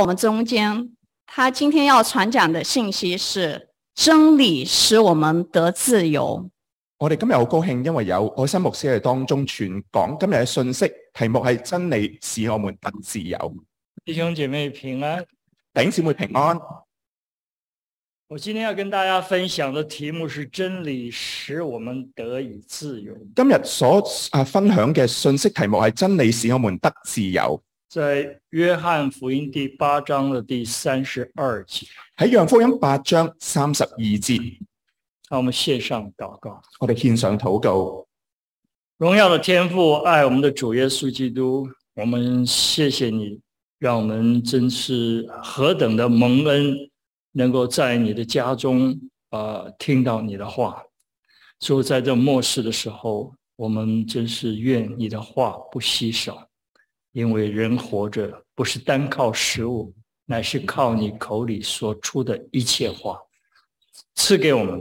我们中间。他今天要传讲的信息是：真理使我们得自由。我哋今日好高興，因為有愛心牧師喺當中傳講今日嘅信息，題目係真理使我們得自由。弟兄姐妹平安。弟兄姊妹平安。我今天要跟大家分享的题目是“真理使我们得以自由今日所啊分享嘅信息題目係真理使我們得自由。”，在约翰福音第八章的第三十二节。喺《羊福音》八章三十二節，让我们献上祷告。我哋獻上禱告。荣耀的天父，爱我们的主耶稣基督，我们谢谢你，让我们真是何等的蒙恩，能够在你的家中呃听到你的话。主，在这末世的时候，我们真是愿你的话不稀少，因为人活着不是单靠食物，乃是靠你口里所出的一切话。赐给我们，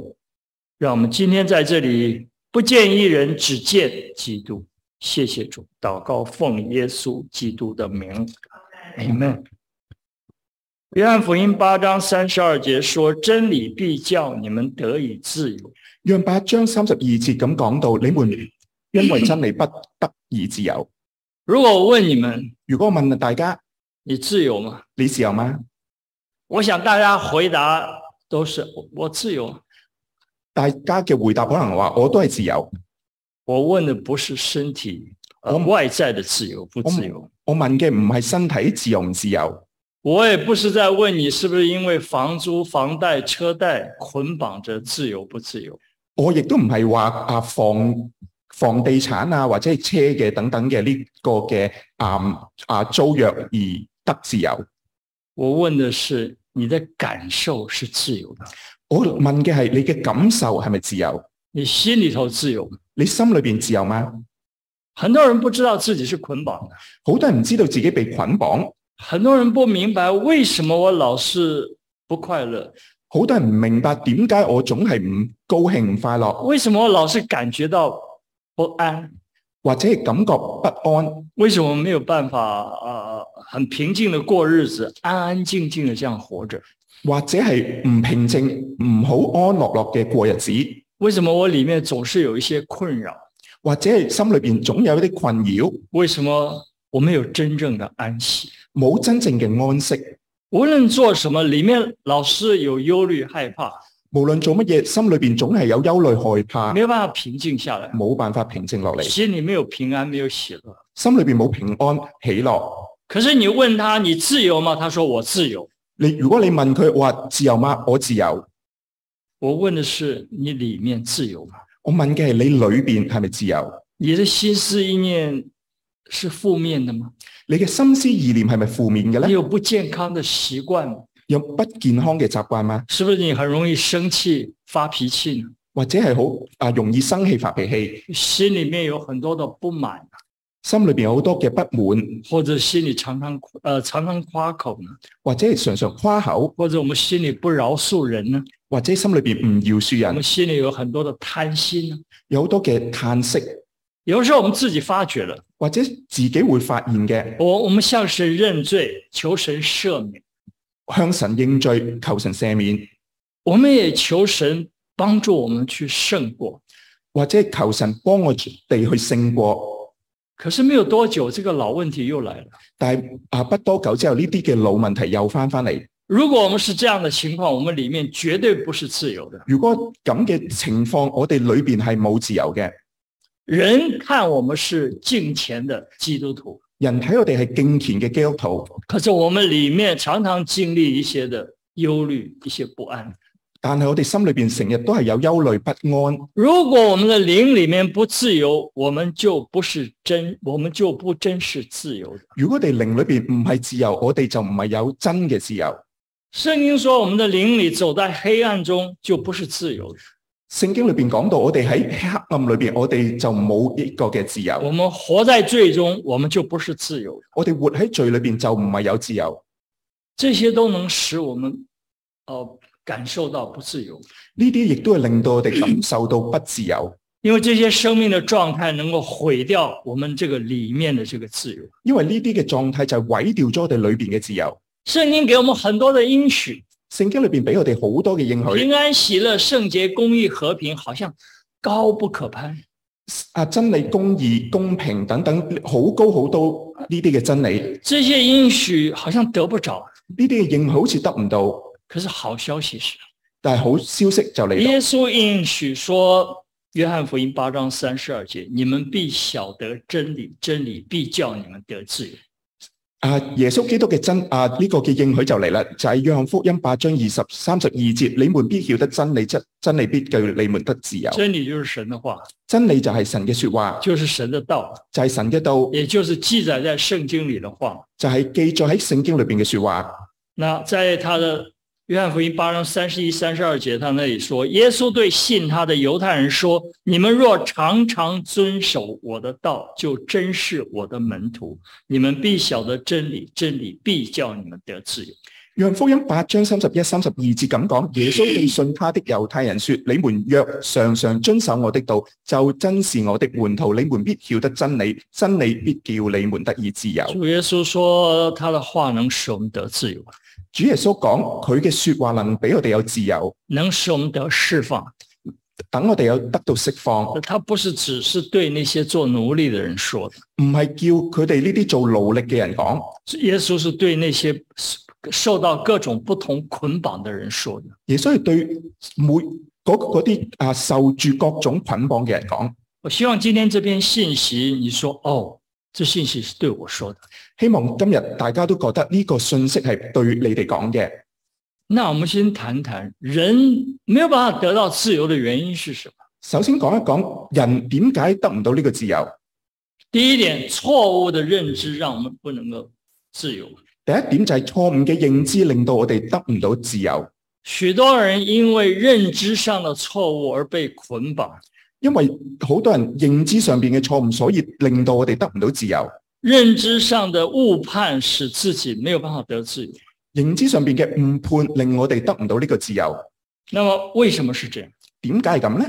让我们今天在这里不见一人，只见基督。谢谢主，祷告奉耶稣基督的名，Amen。约翰福音八章三十二节说：“真理必叫你们得以自由。讓八章三十二節咁講到，你們因為真理不得以自由。”如果我问你们，如果我問大家，你自由吗？你自由嗎？我想大家回答都是我我自由。大家嘅回答可能話我都係自由。我问的不是身体，呃我外在的自由不自由。我問嘅唔係身體自由唔自由。我也不是在问你是不是因为房租、房贷、车贷捆绑着自由不自由。我亦都唔係話啊房房地產啊或者係車嘅等等嘅呢個嘅啊啊租約而得自由。我问的是你的感受是自由的，我問嘅係你嘅感受係咪自由？你心里头自由。你心裏边自由嗎？很多人不知道自己是捆绑的，好多人唔知道自己被捆綁，很多人不明白为什么我老是不快乐，好多人唔明白點解我總係唔高興唔快樂，为什么我老是感觉到不安，或者係感覺不安，为什么没有办法呃很平静的过日子，安安静静的这样活着？或者係唔平靜、唔好安樂樂嘅過日子，为什么我里面总是有一些困扰？或者係心裏边總有一啲困擾，为什么我没有真正的安息？冇真正嘅安息。无论做什么，里面老是有忧虑、害怕，無論做乜嘢，心裏边總係有憂慮、害怕没，有办法平静下来，冇辦法平靜落嚟，心里没有平安，没有喜乐。心裏边冇平安、喜樂。可是你问他你自由吗？他说我自由。你如果你問佢話自由嗎？我自由。我问的是你里面自由吗？我問嘅係你裏边係咪自由？你的心思意念是负面的吗？你嘅心思意念係咪負面嘅你咧？有不健康的习惯吗？有不健康嘅習慣嗎？是不是你很容易生气、发脾气呢？或者係好啊容易生氣發脾氣，心里面有很多的不满，啊心裏边有好多嘅不滿，或者心里常常呃常常夸口呢？或者係常常夸口，或者我们心里不饶恕人呢？或者心裏边唔饒恕我们人，心里有很多的贪心呢？有好多嘅嘆息，有时候我们自己发觉了，或者自己會發現嘅，我我们向神认罪，求神赦免，向神認罪，求神赦免。我们也求神帮助我们去胜过。或者求神幫我哋去勝過。可是没有多久，这个老问题又来了。但係啊，不多久之後，呢啲嘅老問題又翻翻嚟。如果我们是这样的情况，我们里面绝对不是自由的。如果咁嘅情況，我哋裏边係冇自由嘅。人看我们是敬虔的基督徒，人睇我哋係敬虔嘅基督徒，可是我们里面常常经历一些的忧虑、一些不安。但係我哋心裏边成日都係有憂慮不安。如果我们的灵里面不自由，我们就不是真，我们就不真是自由的。如果我哋靈裏边唔係自由，我哋就唔係有真嘅自由。圣经说，我们的灵里走在黑暗中，就不是自由的。聖經裏边講到，我哋喺黑暗裏边，我哋就冇一個嘅自我由。们活在罪中，我们就不是自由的。我哋活喺罪裏边就唔係有自由。这些都能使我们，呃，感受到不自由，呢啲亦都係令到我哋感受到不自由。因为这些生命的状态能够毁掉我们这个里面的这个自由。因为呢啲嘅状态就系毁掉咗我哋里边嘅自由。圣经给我们很多的应许，聖經裏边俾我哋好多嘅應許，平安、喜乐、圣洁、公义、和平，好像高不可攀。啊真理、公義、公平等等，好高好多呢啲嘅真理，这些应许好像得不着，呢啲嘅應許好似得唔到，可是好消息是，但係好消息就嚟耶稣应许说，《约翰福音》八章三十二节：“你们必晓得真理，真理必叫你们得自由。”啊！耶穌基督嘅真啊呢、個嘅應許就嚟啦，就係約翰福音八章二十三十二節：你們必曉得真理，真真理必叫你們得自由。真理就是神的话，真理就係神嘅说話，就是神的道，就係神嘅道，也就是记载在圣经里的话。就係記載喺聖經裏边嘅说話。那在他的《约翰福音》八章三十一、三十二节，他那里说，耶稣对信他的犹太人说：“你们若常常遵守我的道，就真是我的门徒。你们必晓得真理，真理必叫你们得自由。約翰福音八章三十一、三十二節咁講：耶穌對信他的猶太人說：你們若常常遵守我的道，就真是我的門徒。你們必曉得真理，真理必叫你們得以自由。”主耶稣说，他的话能使我们得自由，主耶穌講佢嘅说話能俾我哋有自由，能使我们得释放。等我哋有得到釋放。他不是只是对那些做奴隶的人说的。唔係叫佢哋呢啲做勞力嘅人講，耶稣是对那些受到各种不同捆绑的人说的。耶穌係對每嗰嗰啲啊受住各種捆綁嘅人講。我希望今天这篇信息，你说哦，这信息是对我说的。希望今日大家都覺得呢個信息係對你哋講嘅。那我们先谈谈人没有办法得到自由的原因是什么？首先講一講人點解得唔到呢個自由。第一点，错误的认知让我们不能够自由。第一點就係錯誤嘅認知令到我哋得唔到自由，许多人因为认知上的错误而被捆绑，因為好多人認知上邊嘅錯誤，所以令到我哋得唔到自由。认知上的误判使自己没有办法得自由。認知上邊嘅誤判令我哋得唔到呢個自由。那么为什么是这样？點解係咁呢？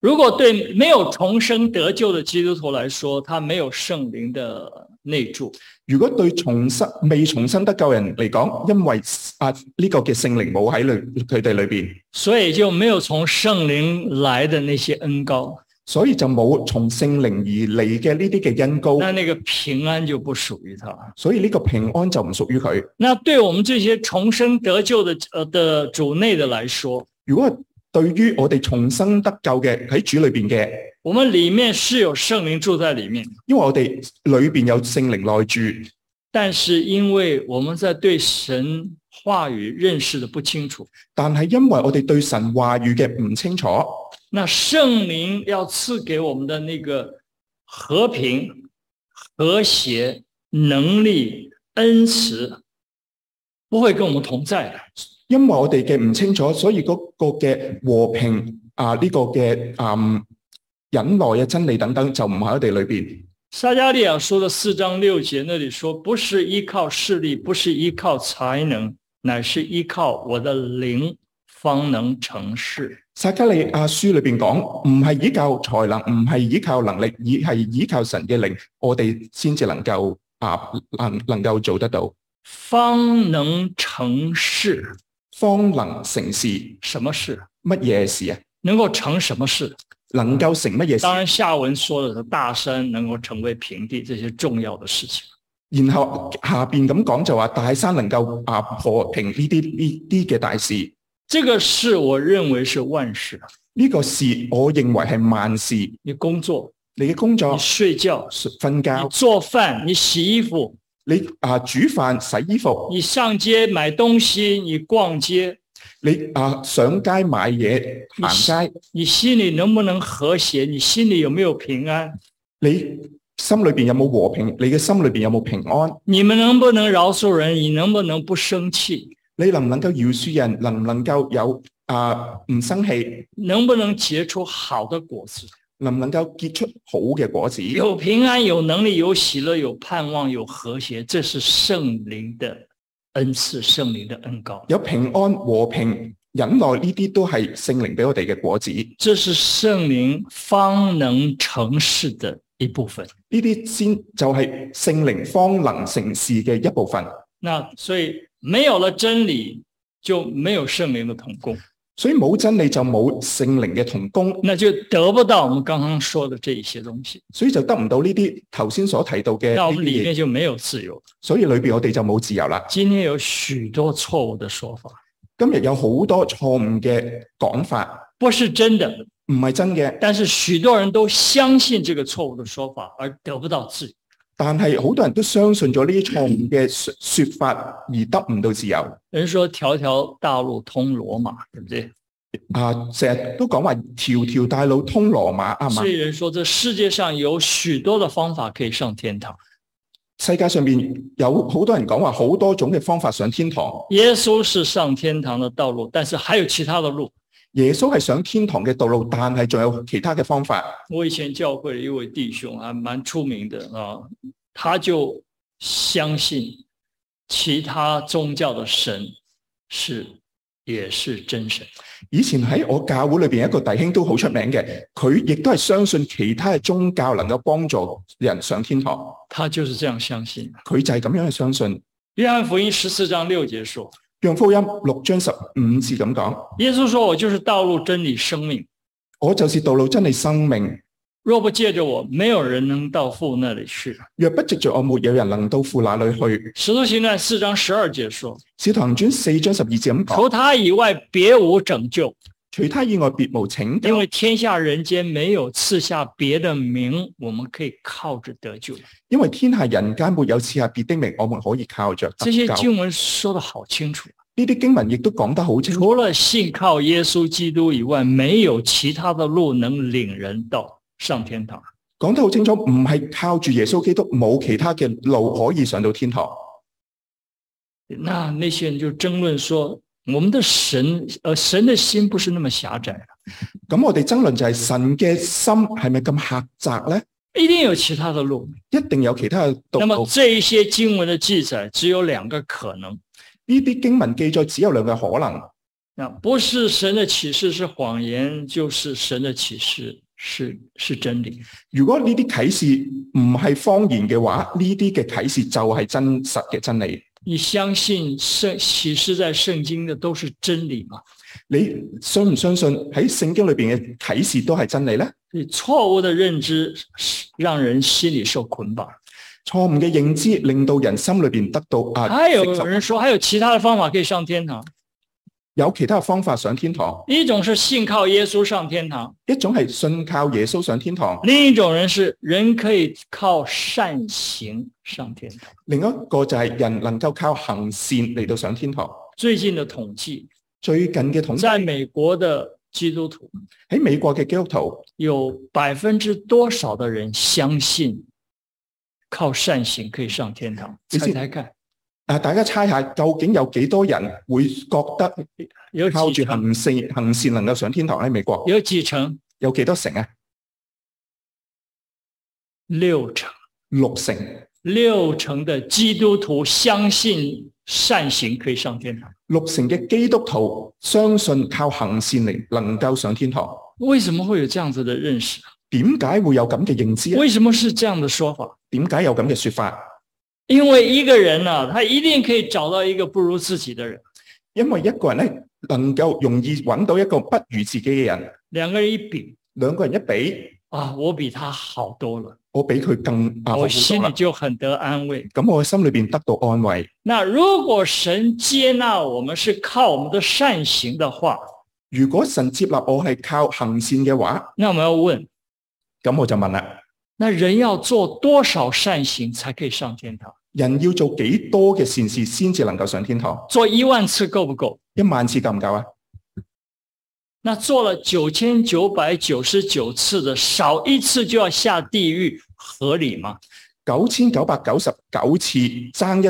如果对没有重生得救的基督徒来说，他没有圣灵的内住，如果對重生未重生得救人嚟講，因為啊呢、個嘅聖靈冇喺裏佢哋裏邊，所以就没有从圣灵来的那些恩高，所以就冇從聖靈而嚟嘅呢啲嘅恩高，那那个平安就不屬于他。所以呢個平安就唔屬於佢。那对我们这些重生得救的呃的主内的来说，如果對於我哋重生得救嘅喺主裏邊嘅，我们里面是有圣灵住在里面，因為我哋裏邊有聖靈內住，但是因为我们在对神话语认识的不清楚，但係因為我哋對神話語嘅唔清楚，那圣灵要赐给我们的那个和平、和谐、能力、恩慈，不会跟我们同在的。因為我哋嘅唔清楚，所以嗰個嘅和平啊呢、個嘅啊、嗯忍耐啊真理等等就唔喺我哋裏邊。撒加利亚说的四章六节那里说，不是依靠势力，不是依靠才能，乃是依靠我的灵，方能成事。撒加利亞書裏边講，唔係依靠才能，唔係依靠能力，而係依靠神嘅靈，我哋先至能夠啊能能够做得到，方能成事，方能成事。什么事？乜嘢事啊？能够成什么事？能夠成乜嘢当事？然，下文说的是大山能够成为平地这些重要的事情。然後下边咁講就話大山能夠啊破平呢啲呢啲嘅大事，这个事我认为是万事。呢、個事我認為係萬事。你工作，你嘅工作你、睡觉，瞓你覺、做飯，你洗衣服，你啊煮飯、洗衣服、你上街買東西，你逛街，你啊上街買嘢、你行街，你心里能不能和谐？你心里有没有平安？你心裏边有冇和平？你嘅心裏边有冇平安？你们能不能饶恕人？你能不能不生气？你能唔能夠饒恕人？能唔能夠有啊唔生氣？能不能结出好的果子？能唔能夠結出好嘅果子？有平安，有能力，有喜乐，有盼望，有和谐，这是圣灵的恩赐，圣灵的恩膏，有平安、和平、忍耐呢啲都係聖靈俾我哋嘅果子，呢这是圣灵方能成事的一部分。啲先就係聖靈方能成事嘅一部分。那所以没有了真理，就没有圣灵的同工，所以冇真理就冇聖靈嘅同工，那就得不到我们刚刚说的这一些东西。所以就得唔到呢啲頭先所提到嘅那我呢们啲里面嘢，就没有自由。所以裏边我哋就冇自由啦。今天有许多错误的说法，今日有好多錯誤嘅講法，不是真的，唔係真嘅，但是许多人都相信这个错误的说法，而得不到自由。但係好多人都相信咗呢啲錯誤嘅说说法，而得唔到自由。人说“条条大路通罗马”，对不对？啊，成日都講話條條大路通羅馬，啱唔所啱以人说这世界上有许多的方法可以上天堂。世界上面有好多人講話好多種嘅方法上天堂，耶稣是上天堂的道路，但是还有其他的路。耶穌係上天堂嘅道路，但係仲有其他嘅方法。我以前教会有一位弟兄还蛮出名的啊，他就相信其他宗教的神是也是真神。以前喺我教會裏边一個弟兄都好出名嘅，佢亦都係相信其他嘅宗教能夠幫助人上天堂，他就是这样相信。佢就係咁樣去相信。约翰福音十四章六节说讓福音六章十五字咁講：，：“耶稣说我就是道路、真理、生命，我就是道路真理生命，若不借着我，没有人能到父那里去。若不藉着我，沒有人能到父那裏去。”使徒行传四章十二节说使徒行傳四章十二字咁：“講：除他以外，别无拯救，除他以外，別無拯因救，为天下人间没有赐下别的名，我们可以靠着得救。”因為天下人間沒有賜下別的名，我們可以靠着得这些救。经文说的好清楚，呢啲經文亦都講得好清楚，除了信靠耶稣基督以外，没有其他的路能领人到上天堂。講得好清楚，唔係靠住耶穌基督，冇其他嘅路可以上到天堂。那那些人就争论说，我们的神，呃，神的心不是那么狭窄啊的，咁我哋爭論就係神嘅心係咪咁狹窄呢？一定有其他的路。一定有其他嘅道那么路。这一些经文的记载只有两个可能，呢啲經文記載只有兩個可能，那不是神的启示是谎言，就是神的启示是是真理。如果呢啲啟示唔係方言嘅話，呢啲嘅啟示就係真實嘅真理。你相信圣启示在圣经的都是真理吗？你相唔相信喺聖經裏边嘅啟示都係真理呢？所以错误的认知是让人心里受捆绑。錯誤嘅認知令到人心裏边得到啊，还有承受人说还有其他的方法可以上天堂，有其他嘅方法上天堂。一种是信靠耶稣上天堂，一種係信靠耶穌上天堂，另一种人是人可以靠善行上天堂。另一個就係人能夠靠行善嚟到上天堂。最近的统计，最近嘅統計在美国的基督徒喺美國嘅基督徒。有百分之多少的人相信靠善行可以上天堂？你猜信猜看，啊！大家猜下，究竟有幾多人會覺得有靠几住成？行善行善能夠上天堂喺美國有几成？有幾多成啊？六成。六成，六成的基督徒相信善行可以上天堂。六成嘅基督徒相信靠行善嚟能夠上天堂。为什么会有这样子的认识？點解會有咁嘅認知啊？为什么是这样的说法？點解有咁嘅说法？因为一个人呢、他一定可以找到一个不如自己的人。因為一個人咧能夠容易揾到一個不如自己嘅人，两个人一比兩個人一比，啊，我比他好多了，我比佢更啊好我好心多里啦。就很得安慰。咁我心裏边得到安慰。那如果神接纳我们是靠我们的善行的话，如果神接納我係靠行善嘅話，那我们要问：咁我就問啦。那人要做多少善行才可以上天堂？人要做幾多嘅善事先至能夠上天堂？做一万次够不够？一萬次夠唔夠啊？那做了九千九百九十九次的，少一次就要下地狱，合理吗？九千九百九十九次爭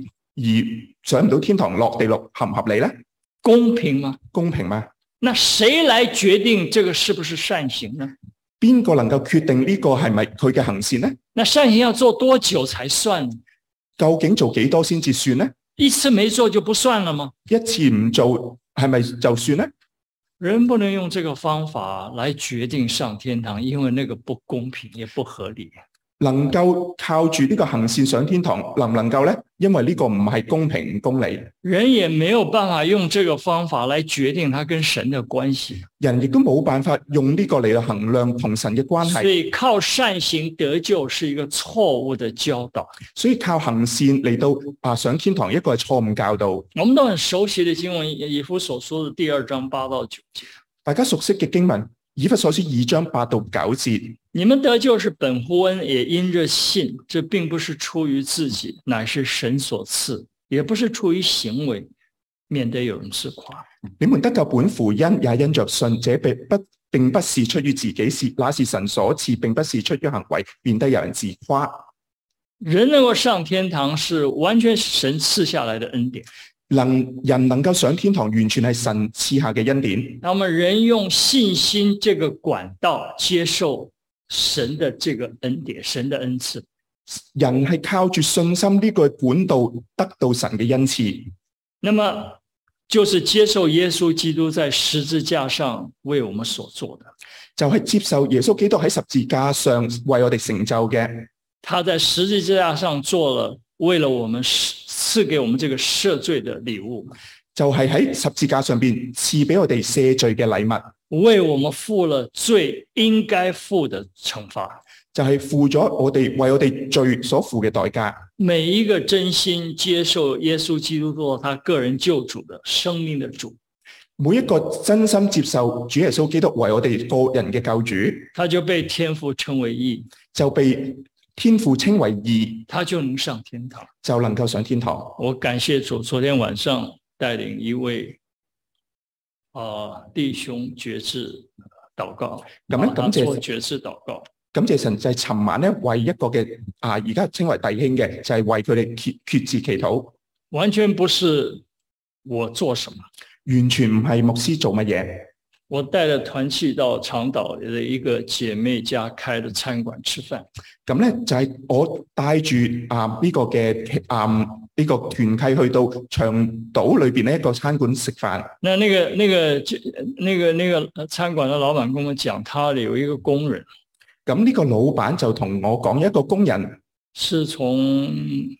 一次而上唔到天堂落地獄，合唔合理呢？公平吗？公平嘛？那谁来决定这个是不是善行呢？邊個能夠決定呢個係咪佢嘅行善呢？那善行要做多久才算呢？究竟做幾多先至算呢？一次没做就不算了吗？一次唔做係咪就算呢？人不能用这个方法来决定上天堂，因为那个不公平也不合理。能夠靠住呢個行善上天堂，能唔能夠呢？因為呢個唔係公平唔公理，人也没有办法用这个方法来决定他跟神的关系，人亦都冇辦法用呢個嚟到衡量同神嘅關所係，以靠善行得救是一个错误的教导。所以靠行善嚟到啊上天堂，一個係錯誤教導。我们都很熟悉的经文，以以弗所说的第二章八到九节：大家熟悉嘅經文，以弗所書二章八到九節，你们得救是本乎恩，也因着信。这并不是出于自己，乃是神所赐；也不是出于行为，免得有人自夸。你們得救本乎恩，也因着信，這並不並不是出於自己事，那是神所賜，並不是出於行為，免得有人自誇。人能够上天堂，是完全神赐下来的恩典。能人能夠上天堂，完全係神賜下嘅恩典。那么，人用信心这个管道接受神的这个恩典，神的恩赐。人係靠住信心呢個管道得到神嘅恩賜，那么，就是接受耶稣基督在十字架上为我们所做的。就係接受耶穌基督喺十字架上為我哋成就嘅。他在十字架上做了为了我们施赐给我们这个赦罪的礼物，就係喺十字架上边賜俾我哋赦罪嘅禮物，为我们付了罪应该付的惩罚。就係付咗我哋為我哋罪所付嘅代價。每一个真心接受耶稣基督做他个人救主的生命的主，每一個真心接受主耶穌基督為我哋個人嘅救主，他就被天父称为义，就被天父稱為義，他就能上天堂。就能夠上天堂。我感谢主，昨天晚上带领一位啊、呃弟兄觉志祷告，咁咧把他感謝做觉志祷告。感謝神就係尋晚咧為一個嘅啊而家稱為弟兄嘅，就係、為佢哋決決志祈禱，完全不是我做什么。完全唔係牧師做乜嘢。我带着团契到长岛的一个姐妹家开的餐馆吃饭，咁咧就係我帶住啊呢個嘅啊呢個團契去到長島裏邊呢一個餐館食飯。那那个那个就那个那个餐馆的老板跟我讲，他有一个工人咁呢個老闆就同我講，一個工人是从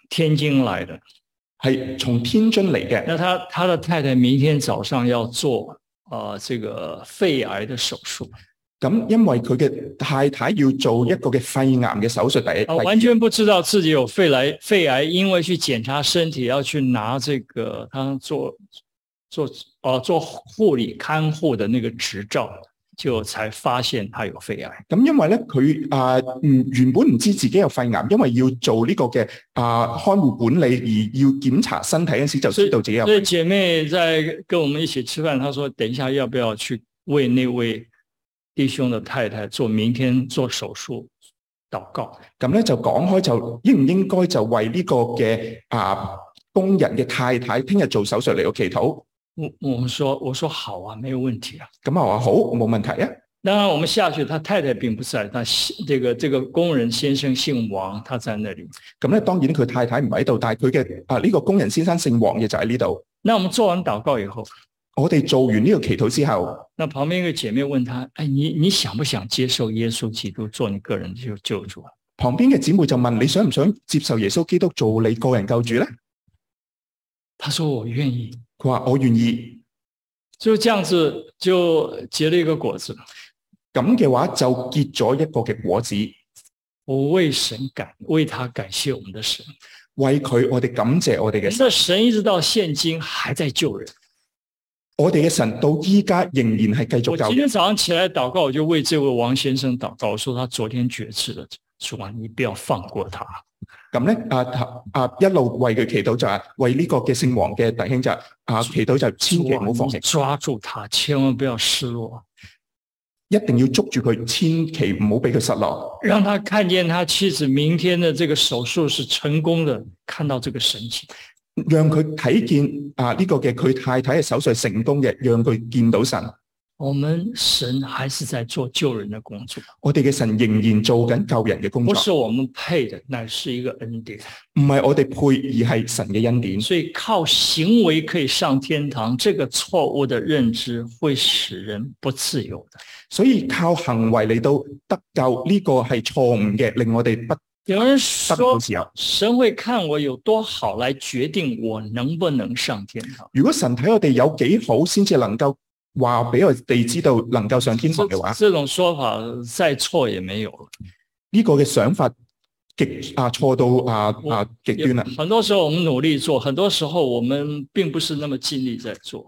天津来的，係從天津嚟嘅，那他他的太太明天早上要做啊、呃这个肺癌的手术，啊咁因為佢嘅太太要做一個嘅肺癌嘅手術，第啊，完第全不知道自己有肺癌，肺癌，因为去检查身体要去拿这个他做做哦做护理看护的那个执照，就才发现他有肺癌。咁因為咧佢啊唔原本唔知自己有肺癌，因為要做呢個嘅啊看護管理而要檢查身體嗰陣時就知道自己有所以肺姐妹在跟我们一起吃饭，她说等一下要不要去为那位弟兄的太太做明天做手术祷告？咁咧就講開就應唔應該就為呢個嘅啊工人嘅太太聽日做手術嚟到祈禱？我我们说我说好啊，没有问题啊。咁我話好冇問題啊！当然，我们下去，他太太并不在，他先这个这个工人先生姓王，他在那里。咁咧當然佢太太唔喺度，但係佢嘅啊呢個工人先生姓黃嘅就喺呢度。那我们做完祷告以后，我哋做完呢個祈禱之後，那旁边一个姐妹问他：“哎，你你想不想接受耶稣基督做你个人的救救主啊旁邊嘅姊妹就問：你想唔想接受耶穌基督做你個人救主咧？？”他说：“我愿意。佢話：我願意。”就这样子就结了一个果子。咁嘅話就結咗一個嘅果子，我为神感为他感谢我们的神，為佢我哋感謝我哋嘅神，那神一直到现今还在救人。我哋嘅神到依家仍然係繼續我今救。天早上起来祷告，我就为这位王先生祷告，我说他昨天绝志了，主啊，你不要放过他。咁咧啊啊一路為佢祈禱就係、為呢個嘅姓王嘅弟兄就係啊祈禱就係千祈唔好放主啊你棄，抓住他，千万不要失落，一定要捉住佢，千祈唔好俾佢失落，让他看见他妻子明天的这个手术是成功的，看到这个神情。讓佢睇見啊呢、個嘅佢太太嘅手術成功嘅，讓佢見到神。我们神还是在做救人的工作，我哋嘅神仍然做緊救人嘅工不作，是我们配的，乃是一个恩典。唔係我哋配，而係神嘅恩典。所以靠行为可以上天堂，这个错误的认知会使人不自由的。所以靠行為嚟到得救呢、個係錯誤嘅，令我哋不有人得到说，自由。神会看我有多好来决定我能不能上天堂。如果神睇我哋有幾好，先至能夠話俾我哋知道能夠上天堂嘅話，这呢、这种说法再错也没有了。個嘅想法極啊錯到啊啊極端啦。很多时候我们努力做，很多时候我们并不是那么尽力在做。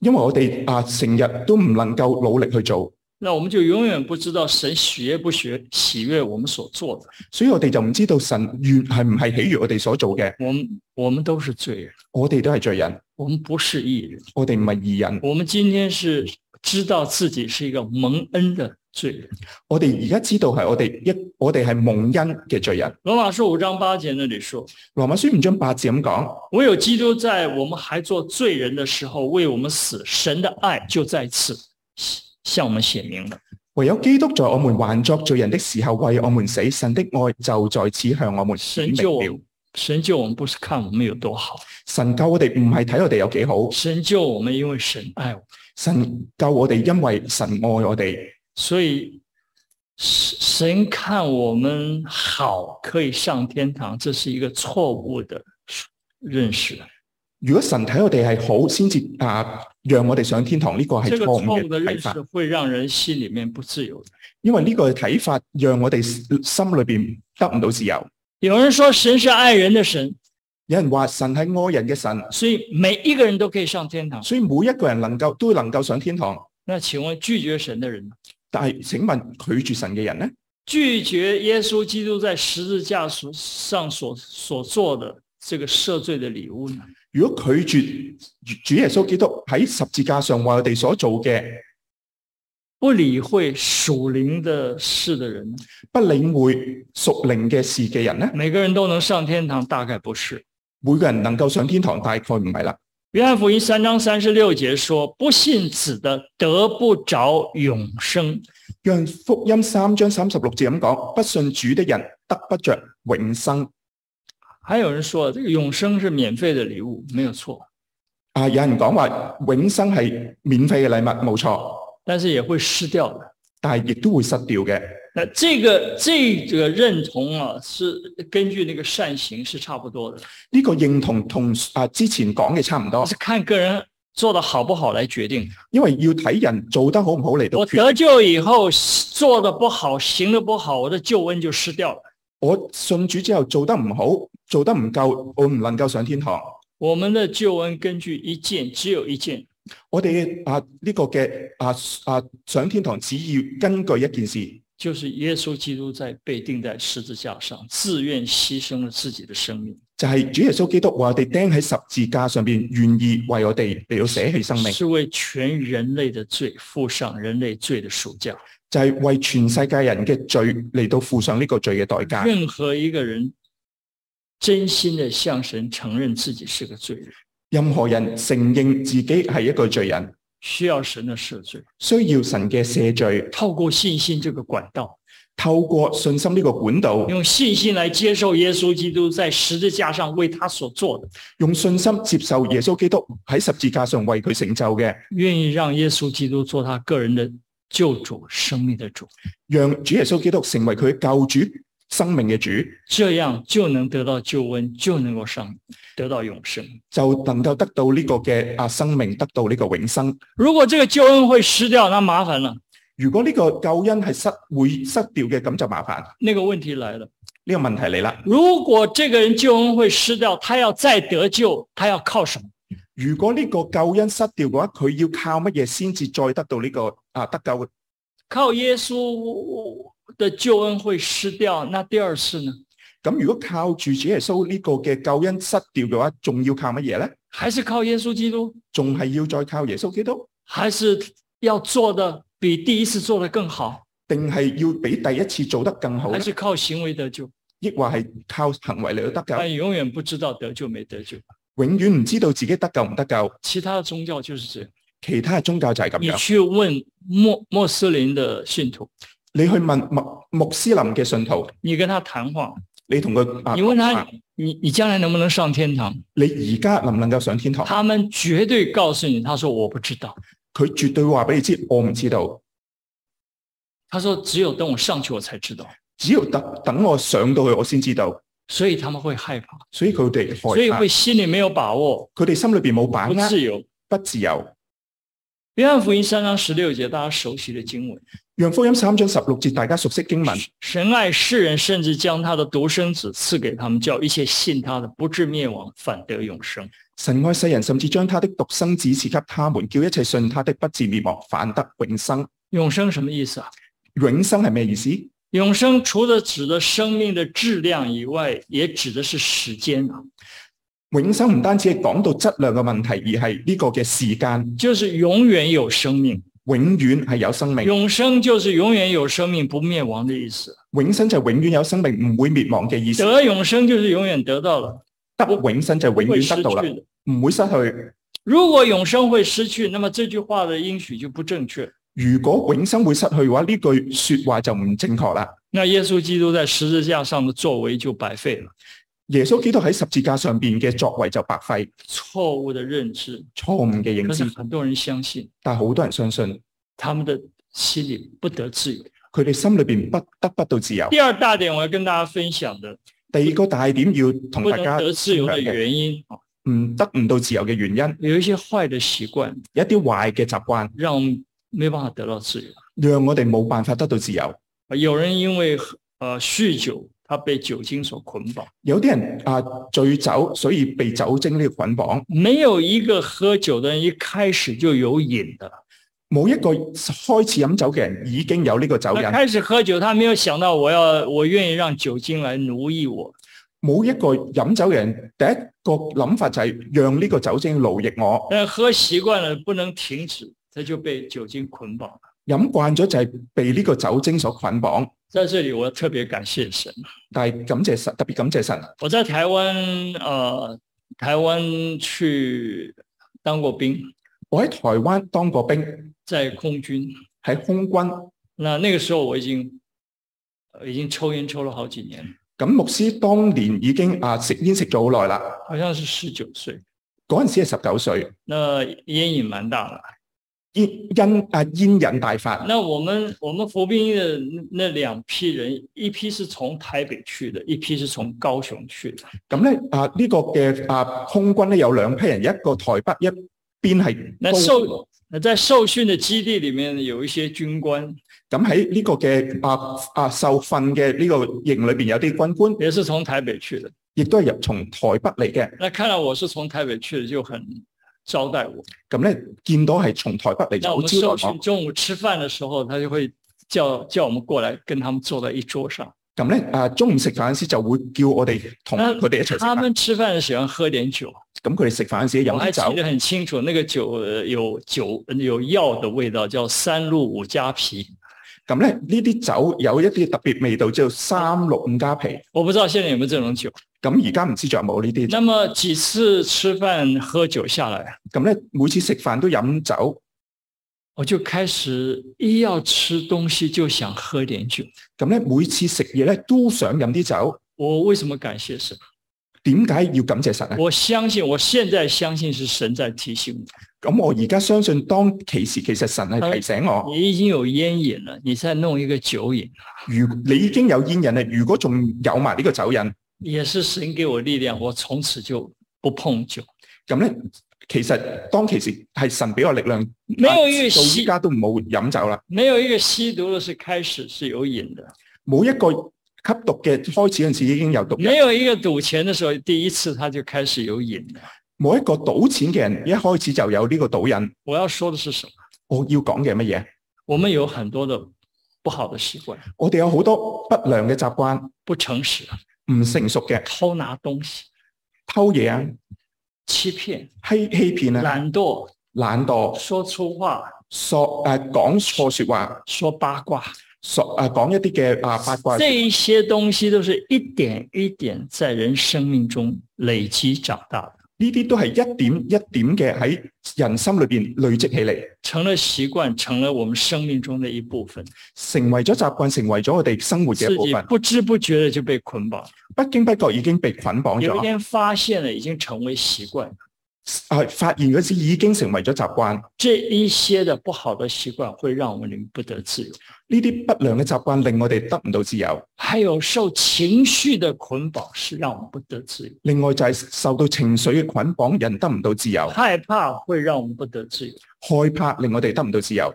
因為我哋啊成日都唔能夠努力去做，那我们就永远不知道神喜悦不喜悦喜悦我们所做的。所以我哋就唔知道神願係唔係喜悦我哋所做嘅。我们我们都是罪人，我哋都係罪人，我们不是义人。我哋唔係義人。我们今天是知道自己是一个蒙恩的罪人。我哋而家知道係我哋一，我哋係蒙恩嘅罪人。罗马书五章八节那里说羅馬書五章八字咁講：：“唯有基督在我们还做罪人的时候为我们死，神的爱就在此向我们显明了。唯有基督在我們還作罪人的時候為我們死，神的愛就在此向我們顯明神救我了们。，神救我们不是看我们有多好，神救我哋唔係睇我哋有幾好，神救我们因为神爱我们。神救我哋因為神愛我哋，所以神神看我们好可以上天堂，这是一个错误的认识。如果神睇我哋係好，先至啊讓我哋上天堂，呢、個係这个錯错誤误的嘅认睇识法。会让人心里面不自由的。因為呢個睇法讓我哋心裏边得唔到自由。有人说神是爱人的神，有人話神係愛人嘅神，所以每一个人都可以上天堂。所以每一個人能夠都能夠上天堂。那请问拒绝神的人呢？但係請問拒絕神嘅人呢？拒绝耶稣基督在十字架所上所所做的这个赦罪的礼物呢？如果拒絕主耶穌基督喺十字架上為我哋所做嘅，不理会属灵的事的人呢，不領會屬靈嘅事嘅人呢？每个人都能上天堂，大概不是。每個人能夠上天堂，大概唔係啦。约翰福音三章三十六节说：“不信子的得不着永生。讓福音三章三十六節咁講：不信主的人得不着永生。”还有人说，这个永生是免费的礼物，没有错，啊，有人講話永生係免費嘅禮物，冇錯，但是也会失掉的。但係亦都會失掉嘅。那这个这个认同啊，是根据那个善行是差不多的，呢、個認同同啊之前講嘅差唔多是，看个人做的好不好来决定。因為要睇人做得好唔好嚟到我決得救以后做的不好，行的不好，我的救恩就失掉了。我信主之後做得唔好，做得唔夠，我唔能夠上天堂。我们的救恩根据一件，只有一件，我哋啊呢、個嘅啊啊上天堂只要根據一件事，就是耶稣基督在被钉在十字架上，自愿牺牲了自己的生命，就係、主耶穌基督話我哋釘喺十字架上邊，願意為我哋嚟到捨棄生命，是为全人类的罪付上人类罪的暑假。就係、為全世界人嘅罪嚟到付上呢個罪嘅代價。任何一个人真心的向神承认自己是个罪人。任何人承認自己係一個罪人，需要神的赦罪，需要神嘅赦罪，透过信心这个管道，透過信心呢個管道，用信心来接受耶稣基督在十字架上为他所做的，用信心接受耶穌基督喺十字架上為佢成就嘅，愿意让耶稣基督做他个人的救主、生命的主，讓主耶穌基督成為佢嘅救主、生命嘅主，这样就能得到救恩，就能够上得到永生。就能夠得到呢個嘅啊生命，得到呢個永生。如果这个救恩会失掉，那麻烦了。如果呢個救恩係失會失掉嘅，咁就麻煩呢、那个问题来了，個問題嚟啦。如果这个人救恩会失掉，他要再得救，他要靠什么？如果呢個救恩失掉嘅話，佢要靠乜嘢先至再得到呢、個啊得救？靠耶稣的救恩会失掉，那第二次呢？咁如果靠住主耶穌呢個嘅救恩失掉嘅話，仲要靠乜嘢呢？还是靠耶稣基督？仲係要再靠耶穌基督，还是要做的比第一次做的更好，定係要比第一次做得更好还呢？是靠行为得救？抑或係靠行為嚟到得但永远不知道得救没得救。救？永遠唔知道自己得救唔得救。其他的宗教就是这样，其他嘅宗教就係咁你樣。去问穆穆斯林的信徒，你去問穆穆斯林嘅信徒，你跟他谈话，你同佢啊你问他啊你你将来能不能上天堂？你而家能唔能夠上天堂？他们绝对告诉你，他说我不知道。佢絕對會話俾你知，我唔知道，他说只有等我上去我才知道，只要等等我上到去，我先知道。所以他们会害怕，所以佢哋所以害怕会，心里没有把握，佢哋心裏邊冇把不握，自由。不自由。约翰福音三章十六节，大家熟悉的经文：讓福音三章十六節，大家熟悉經文。神爱世人，甚至将他的独生子赐给他们，叫一切信他的不至灭亡，反得永生。神愛世人，甚至將他的獨生子賜給他們，叫一切信他的不至滅亡，反得永生。永生什么意思啊？永生係咩意思？永生除了指的生命的质量以外，也指的是时间啊，永生唔單止係講到質量嘅問題，而係呢個嘅時間就是永远有生命。永遠係有生命。永生就是永远有生命不灭亡的意思。永生就係永遠有生命，唔會滅亡嘅意思。得永生就是永远得到了，得永生就係永会失遠去得到啦，的。唔會失去。如果永生会失去，那么这句话的应许就不正确。如果永生會失去嘅話，呢句说話就唔正確啦。那耶稣基督在十字架上的作为就白费了，耶穌基督喺十字架上边嘅作為就白費，错误的认知。錯誤嘅認可是知，很多人相信，但系好多人相信他们的心里不得自由。佢哋心裏边不得不到自由。第二大点，我要跟大家分享的，第二個大點要同不嗯大能家得自由的分享嘅原因啊，唔得唔到自由嘅原因，有一些坏的习惯，有一啲壞嘅習慣，让我们没办法得到自由。讓我哋冇辦法得到自由。啊有人因为呃酗酒，他被酒精所捆绑。有啲人啊醉酒，所以被酒精呢個捆綁。没有一个喝酒的人一开始就有瘾的，冇一個開始飲酒嘅人已經有呢個酒他癮，开始喝酒，他没有想到我要我愿意让酒精来奴役我，冇一個飲酒嘅人第一個諗法就係讓呢個酒精奴役我，但喝习惯了不能停止，他就被酒精捆绑了。飲慣咗就係被呢個酒精所捆綁。在这里，我要特别感謝神。但係感謝神，特別感謝神。我在台湾，呃，台湾去当过兵，我喺台灣當過兵，在空军。喺空軍。那那个时候我已经，呃已经抽烟抽了好几年，咁牧師當年已經啊食煙食咗好耐啦，好像是十九岁，嗰陣時係十九歲，那烟瘾蛮大的。煙因啊煙癮大發。那我们我们服兵役的那两批人，一批是从台北去的，一批是从高雄去的。咁咧啊呢、個嘅啊空軍咧有兩批人，一個台北一邊係那高受那在受训的基地里面，有一些军官咁喺呢個嘅啊啊受訓嘅呢個營裏邊有啲軍官，也是从台北去的。亦都係入從台北嚟嘅。那看到我是从台北去的，就很招待我。咁咧見到係從台北嚟那我就招们受待我训。中午吃饭的时候，他就会叫叫我们过来，跟他们坐在一桌上。咁咧啊中午食飯嗰時就會叫我哋同那佢哋一齊食他飯。们吃饭喜欢喝点酒，咁佢哋食飯嗰時我飲还啲记酒，得很清楚，那个酒呃有酒有药的味道，叫三鹿五加皮。咁咧呢啲酒有一啲特別味道，叫三六五加皮。我不知道現在有沒有這種酒。咁而家唔知仲有冇呢啲？那么幾次吃飯喝酒下來，咁咧每次食飯都飲酒，我就開始一要吃東西就想喝點酒。咁咧每次食嘢咧都想飲啲酒。我為什麼感謝神？點解要感謝神咧？我相信，我現在相信是神在提醒咁我而家相信當其時，其實神係提醒我，我，你已經有煙癮了，你再弄一個酒癮，如你已經有煙癮啦，如果仲有埋呢個酒癮，也是神給我力量，我從此就不碰酒。咁咧其實當其時係神俾我力量，沒有一個到依吸，家都冇飲酒啦，沒有一個吸毒的是開始是有癮的，冇一個吸毒嘅開始嗰陣時已經有毒沒癮，有一個賭錢的時候，第一次他就開始有癮了。冇一個賭錢嘅人一開始就有呢個賭癮。我要說的是什麼？我要講嘅乜嘢？我们有很多的不好的习惯，我哋有好多不良嘅習慣，不诚实，唔成熟嘅，偷拿东西，偷嘢啊，欺骗，欺欺騙啊，懒惰，懶惰，说粗话，索誒講錯説話，说八卦，索誒講一啲嘅啊八卦。这一些东西都是一点一点在人生命中累积长大的。呢啲都係一點一點嘅喺人心裏邊累積起嚟，成了习惯，成了我们生命中的一部分，成為咗習慣，成為咗我哋生活嘅自一部己分。不知不觉的就被捆綁。不經不覺已經被捆綁有一咗，天发現了，已經成為習慣。係發現嗰時已經成為咗習慣。这一些的不好的習慣會讓我們不得自由，呢啲不良嘅習慣令我哋得唔到自由。還有受情緒的捆綁是讓我們不得自由。另外就係受到情緒嘅捆綁，人得唔到自由，害怕会让我们不得自由，害怕令我哋得唔到自由。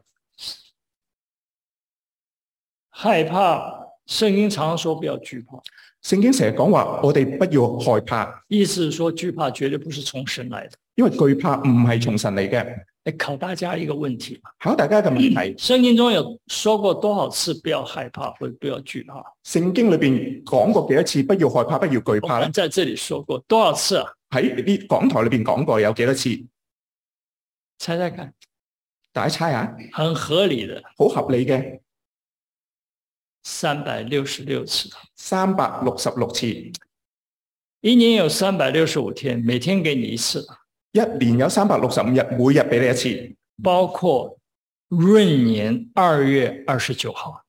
害怕。圣经常说不要惧怕，聖經成日講話，我哋不要害怕，意思是说惧怕绝对不是從神來的。因為懼怕唔係從神嚟嘅。来考大家一个问题吧，考大家嘅問 題，圣经中有说过多少次不要害怕或者不要惧怕？聖經裏邊講過幾多次，不要害怕，不要懼我怕咧们？在这里说过多少次啊？喺呢講台裏邊講過有幾多次？猜猜看，大家猜下，很合理的，好合理嘅三百六十六次。三百六十六次，一年有三百六十五天，每天给你一次，一年有三百六十五日，每日俾你一次，包括闰年二月二十九号，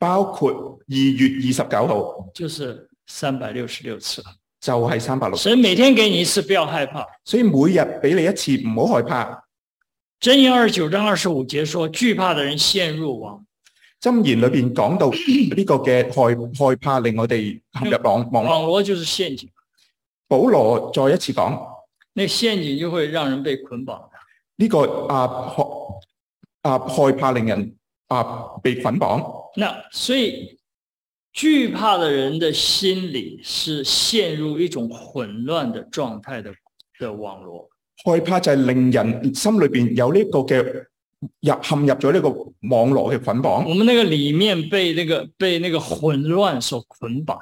包括二月二十九號就是三百六十六次。就係三百六十。神每天给你一次，不要害怕。所以每日俾你一次，唔好害怕。箴言二十九章二十五节说：“惧怕的人陷入网，箴言裏邊講到呢個嘅害害怕令我哋陷入網網。网罗就是陷阱，保羅再一次講那陷阱就会讓人被捆綁的。呢、個啊害啊害怕令人啊被捆綁。那所以，惧怕的人的心理是陷入一种混亂的状态的的网罗。害怕就係令人心裏邊有呢個嘅入陷入咗呢個網絡嘅捆綁。我們那個里面被那個被那個混亂所捆綁。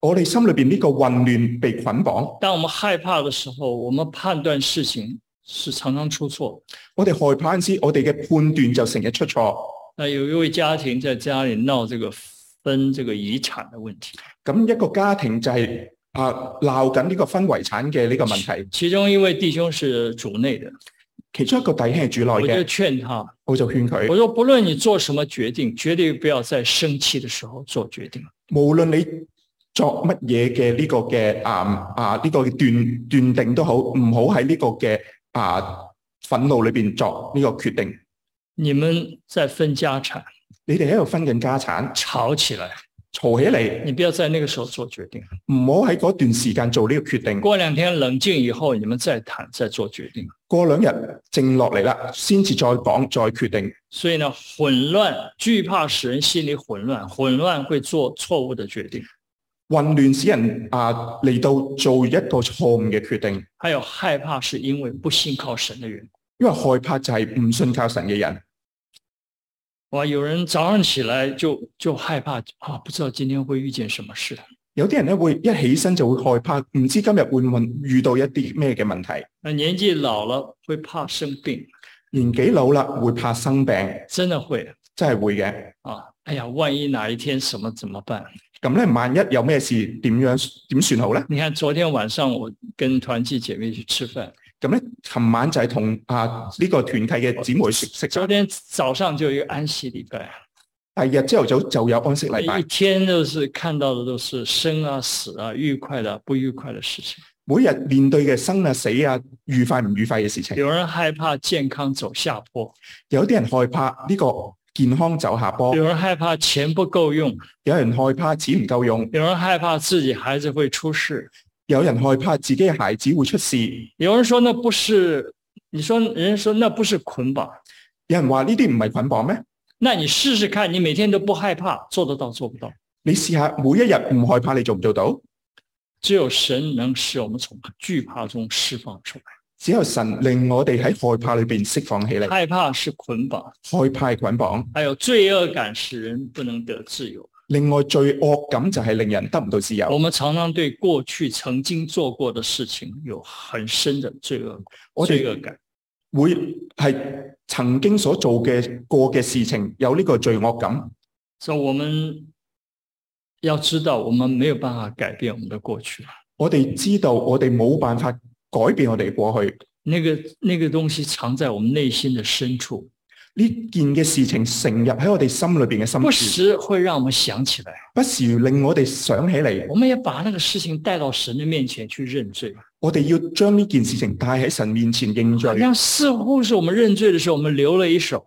我哋心裏邊呢個混亂被捆綁。當我們害怕的時候，我們判斷事情是常常出錯。我哋害怕嗰陣時，我哋嘅判斷就成日出錯。那有一位家庭在家裡鬧這個分這個遺產的問題。咁一個家庭就係、啊鬧緊呢個分遺產嘅呢個問題。其中一位弟兄是主内的，其中一個弟兄係主內我就嘅，劝他，我就勸我佢，说不论你做什么决定，绝對不要在生氣的时候做决定，無論你作乜嘢嘅呢個嘅啊啊呢、個斷斷定都好，唔好喺呢個嘅啊憤怒裏邊作呢個決定。你們在分家產你哋喺度分緊家產，吵起來，嘈起嚟，你不要在那個時候做決定。唔好喺嗰段時間做呢個決定。過兩天冷靜以後，你們再談，再做決定。過兩日靜落嚟啦，先至再講再決定。所以呢，混亂、懼怕使人心里混亂，混亂會做錯誤的決定。混亂使人啊嚟到做一個錯誤嘅決定，還有害怕是因為不信靠神的緣故。因為害怕就係唔信靠神嘅人。哇，有人早上起來就就害怕啊，不知道今天會遇見什麼事。有啲人咧會一起身就會害怕，唔知今日會唔會遇到一啲咩嘅問題。那年紀老了會怕生病，年紀老啦，會怕生病，真的會真係會嘅。啊！哎呀，萬一哪一天什麼怎麼辦？咁咧，萬一有咩事，點樣點算好咧？你看昨天晚上我跟團契姐妹去吃飯，咁咧，琴晚就係同啊呢、個團契嘅姊妹食食昨咗，天早上就有一個安息禮拜，第二日朝頭早就有安息禮一拜，天都是看到的都是生啊死啊，愉快的不愉快的事情。每日面對嘅生啊死啊，愉快唔愉快嘅事情。有人害怕健康走下坡，有啲人害怕呢個健康走下坡，有人害怕錢不夠用，有人害怕錢唔夠用，有人害怕自己孩子會出事，有人害怕自己嘅孩子會出事。有人說那不是，你說人家說那不是捆綁，有人話呢啲唔係捆綁咩？那你試試看，你每天都不害怕，做得到做不到？你試下每一日唔害怕，你做唔做到？只有神能使我們從懼怕中釋放出來。只有神令我哋喺害怕裏边釋放起嚟，害怕是捆綁，害怕係捆綁。還有罪惡感使人不能得自由。另外罪惡感就係令人得唔到自我由。們常常對過去曾經做過的事情有很深的罪惡我罪哋惡感。會係曾經所做嘅過嘅事情有呢個罪惡感。所以我們要知道，我們沒有辦法改變我們的過去，我哋知道我哋冇辦法改變我哋過去。那个那个东西藏在我们内心的深处，呢件嘅事情成日喺我哋心裏邊嘅深不處，时会让我们想起来。不時令我哋想起嚟。我们也把那个事情带到神的面前去认罪，我哋要將呢件事情帶喺神面前認罪好。像似乎是我们认罪的时候，我们留了一手，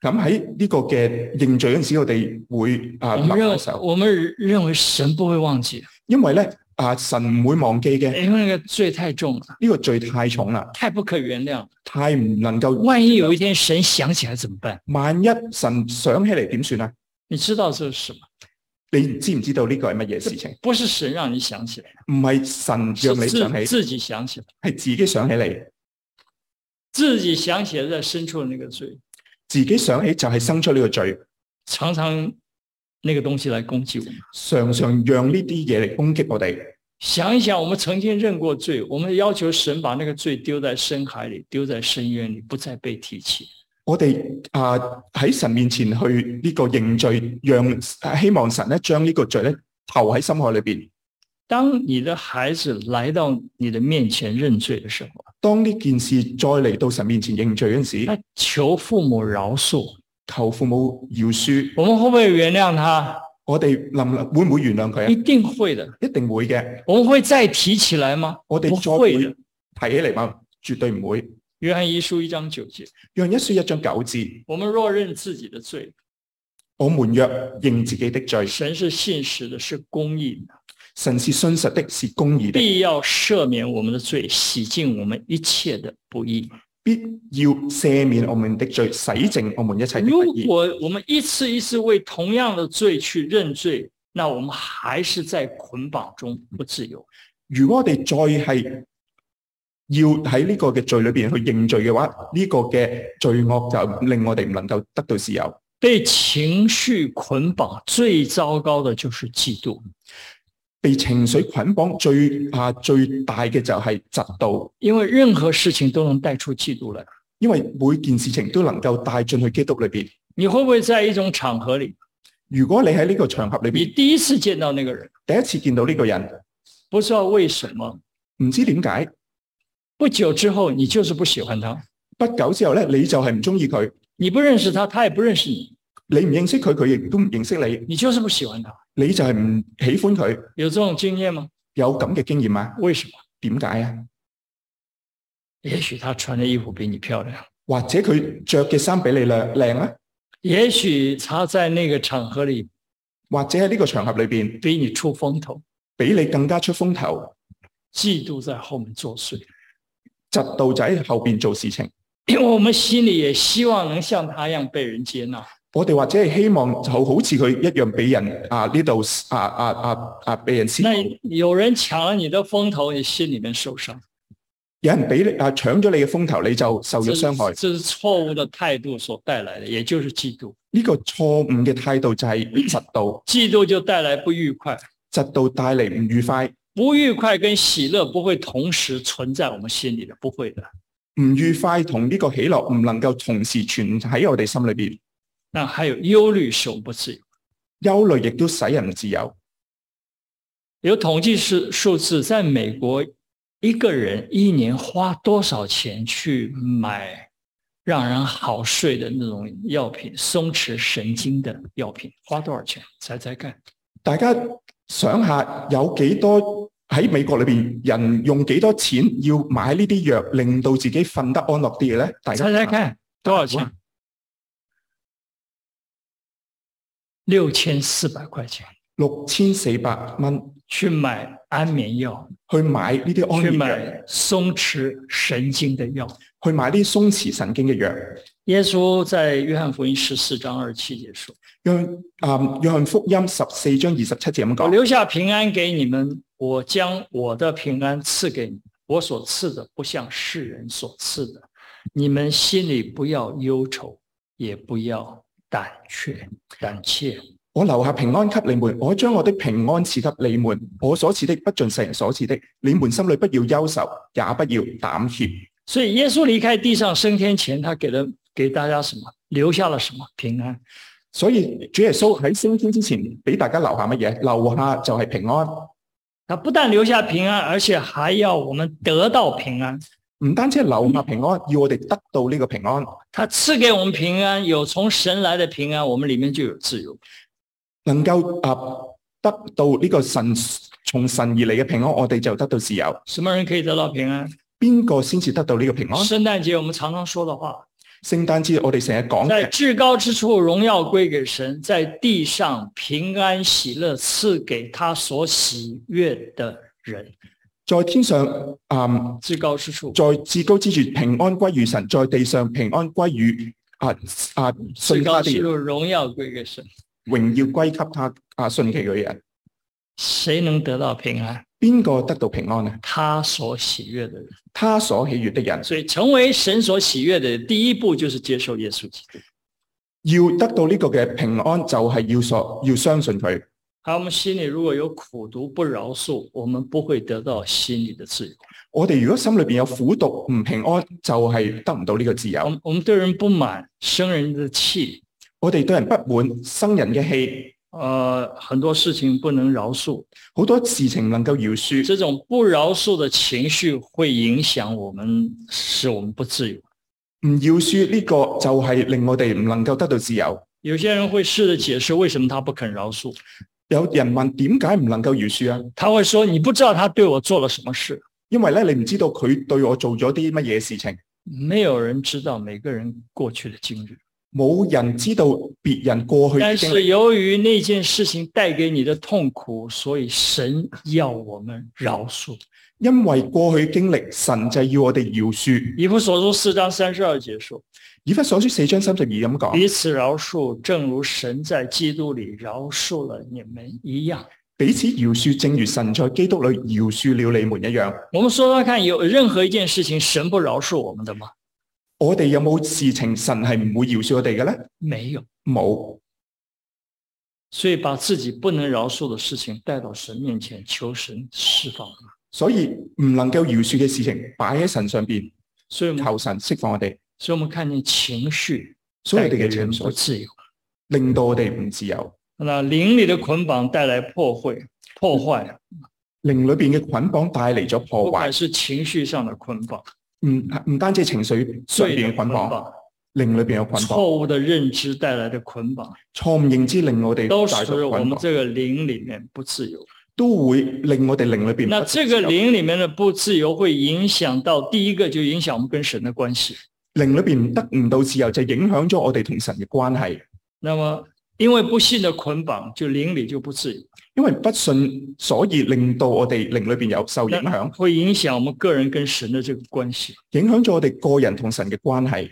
咁喺呢個嘅認罪嗰陣時，我哋會啊我留们一认手，我们认为神不会忘记，因為咧啊神唔會忘記嘅，因为那个罪太重了，呢、個罪太重啦，太不可原谅了。太唔能夠。万一有一天神想起来怎么办？萬一神想起嚟點算啊？你知道这是什么？你知唔知道呢個係乜嘢事情？不是神让你想起来，唔係神是讓你想自起，自己想起来，係自己想起嚟，自己想起来在深处的那个罪，自己想起就係生出呢個罪，常常那个东西来攻击我们。常常讓呢啲嘢嚟攻擊我哋。想一想，我们曾经认过罪，我们要求神把那个罪丢在深海里，丢在深渊里，不再被提起。我哋啊喺神面前去呢個認罪，讓啊希望神咧將呢個罪咧投喺心海裏邊。当你的孩子来到你的面前认罪的时候，當呢件事再嚟到神面前認罪嗰陣時，他求父母饶恕，求父母饒恕，我们会不会原谅他？我哋能唔能會唔會原諒佢一啊？定会的。一定會嘅，我们会再提起来吗？我哋再不會会提的。起嚟嘛，絕對唔會。约翰一书一章九节，讓一書一章九字，我们若认自己的罪，我們若認自己的罪，神是信实的，是公义的，神是信實的，是公義的，必要赦免我们的罪，洗净我们一切的不义。必要赦免我們的罪，洗淨我們一切的不如義。果我们一次一次为同样的罪去认罪，那我们还是在捆绑中不自由。如果我哋再係要喺呢個嘅罪裏邊去認罪嘅話，呢、個嘅罪惡就令我哋唔能夠得到自由。被情绪捆绑最糟糕的就是嫉妒，被情緒捆綁最啊最大嘅就係嫉妒，因为任何事情都能带出嫉妒来。因為每件事情都能夠帶進去基督裏邊。你会不会在一种场合里，如果你喺呢個場合裏你邊第一次见到那个人，第一次見到呢個人，不知道为什么，唔知點解，不久之后你就是不喜欢他，不久之後咧你就係唔中意佢，你不认识他，他也不认识你，你唔認識佢，佢亦都唔認識你，你就是不喜欢他。你就係唔喜歡佢。有这种经验吗？有咁嘅經驗啊？为什么？點解啊？也许他穿的衣服比你漂亮。或者佢着嘅衫比你靚靚啊？也许他在那个场合里或者喺呢個場合裏邊比你出风头，比你更加出風頭，嫉妒在后面作祟。窒到仔後邊做事情。因为我们心里也希望能像他一样被人接纳，我哋或者係希望就好似佢一樣俾人啊呢度啊啊啊啊俾人先那，有人抢了你的风头，你心里面受伤，有人俾你啊搶咗你嘅風頭，你就受这咗是傷害。这是错误的态度所带来的，也就是嫉妒。呢、個錯誤嘅態度就係窒到，嫉妒就带来不愉快，窒到帶嚟唔愉快，不愉快跟喜乐不会同时存在我们心里的，不会的。唔愉快同呢個喜樂唔能夠同時存喺我哋心裏邊。那还有忧虑使我们不自由。憂慮亦都使人唔自由。有统计是数字，在美国，一个人一年花多少钱去买让人好睡的那种药品、松弛神经的药品，花多少钱？猜猜看，大家想下有幾多喺美國裏邊人用幾多錢要買呢啲藥，令到自己瞓得安樂啲嘅咧？大家猜猜看多少钱？六千四百块钱六千四百蚊去買安眠药，去買呢啲安去眠藥，买松弛神经的药。去買啲鬆弛神經嘅藥。耶稣在约翰福音十四章二十七节说。讓啊約翰福音十四章二十七節咁我講：留下平安给你们，我将我的平安赐给你们，我所赐的不像世人所赐的。你们心里不要忧愁，也不要胆怯。胆怯，我留下平安給你們，我將我的平安賜給你們。我所賜的不盡世人所賜的，你們心裏不要憂愁，也不要膽怯。所以耶稣离开地上升天前，他给了给大家什么？留下了什么？平安。所以主耶穌喺升天之前俾大家留下乜嘢？留下就係平安。他不但留下平安，而且还要我们得到平安。唔單止係留下平安，要我哋得到呢個平安。他赐给我们平安，有从神来的平安，我们里面就有自由。能夠啊得到呢個神從神而嚟嘅平安，我哋就得到自由。什么人可以得到平安？邊個先至得到呢個平安？圣诞节我们常常说的话，聖誕節我哋成日講在嘅，至高之处荣耀归给神，在地上平安喜乐赐给他所喜悦的人。在天上啊、至高之处，在至高之處平安歸於神，在地上平安歸於啊啊至信高他之的处人，荣耀归给神。榮耀歸給他啊信其嘅人。谁能得到平安？邊個得到平安呢？他所喜悦的人。他所喜悦的人，所以，成为神所喜悦的人第一步就是接受耶稣基督。要得到呢個嘅平安，就係要所要相信佢。好，我们心里如果有苦毒不饶恕，我们不会得到心里的自由。我哋如果心裏边有苦毒唔平安，就係得唔到呢個自我由。们我们对人不满，生人的气，我哋對人不滿，生人嘅氣，呃，很多事情不能饶恕，好多事情唔能夠饒恕。这种不饶恕的情绪会影响我们，使我们不自由。唔饒恕呢個就係令我哋唔能夠得到自由。有些人会试着解释为什么他不肯饶恕，有人問點解唔能夠饒恕啊？他会说：“你不知道他对我做了什么事。因為咧，你唔知道佢對我做咗啲乜嘢事情，”没有人知道每个人过去的经历，冇人知道別人過去嘅但經歷。是由于那件事情带给你的痛苦，所以神要我们饶恕。因為過去經歷，神就係要我哋饒恕。以弗所书四章三十二节说以弗所書四章三十二咁：“講，彼此饶恕，正如神在基督里饶恕了你们一样。”彼此饒恕，正如神在基督裏饒恕了你們一樣。我们说说看，有任何一件事情神不饶恕我们的吗？我哋有冇事情神係唔會饒恕我哋嘅咧？没有。冇，所以把自己不能饶恕的事情带到神面前，求神释放。所以唔能夠饒恕嘅事情擺喺神上邊，所以我们，求神釋放我哋。所以我们看见情绪所以带我哋给嘅人情不緒自由，令到我哋唔自由，那灵里的捆绑带来破坏，破坏，靈裏邊嘅捆綁帶嚟咗不嗯破壞。管是情绪上的捆绑、唔唔單止係情緒上罪邊的嘅捆捆綁，绑、靈裏邊有捆綁，错误的认知带来的捆绑，錯誤認知令我哋都帶使到我捆们綁，这个灵里面不自由。都會令我哋靈裏邊那不自这个由灵里面的不自由，会影响到第一个，就影响我们跟神的关系。靈裏邊得唔到自由，就影響咗我哋同神嘅關係。那么，因为不信的捆绑，就灵里就不自由，因為不信，所以令到我哋靈裏邊有受影響，会影响我们个人跟神的这个关系。影響咗我哋個人同神嘅關係。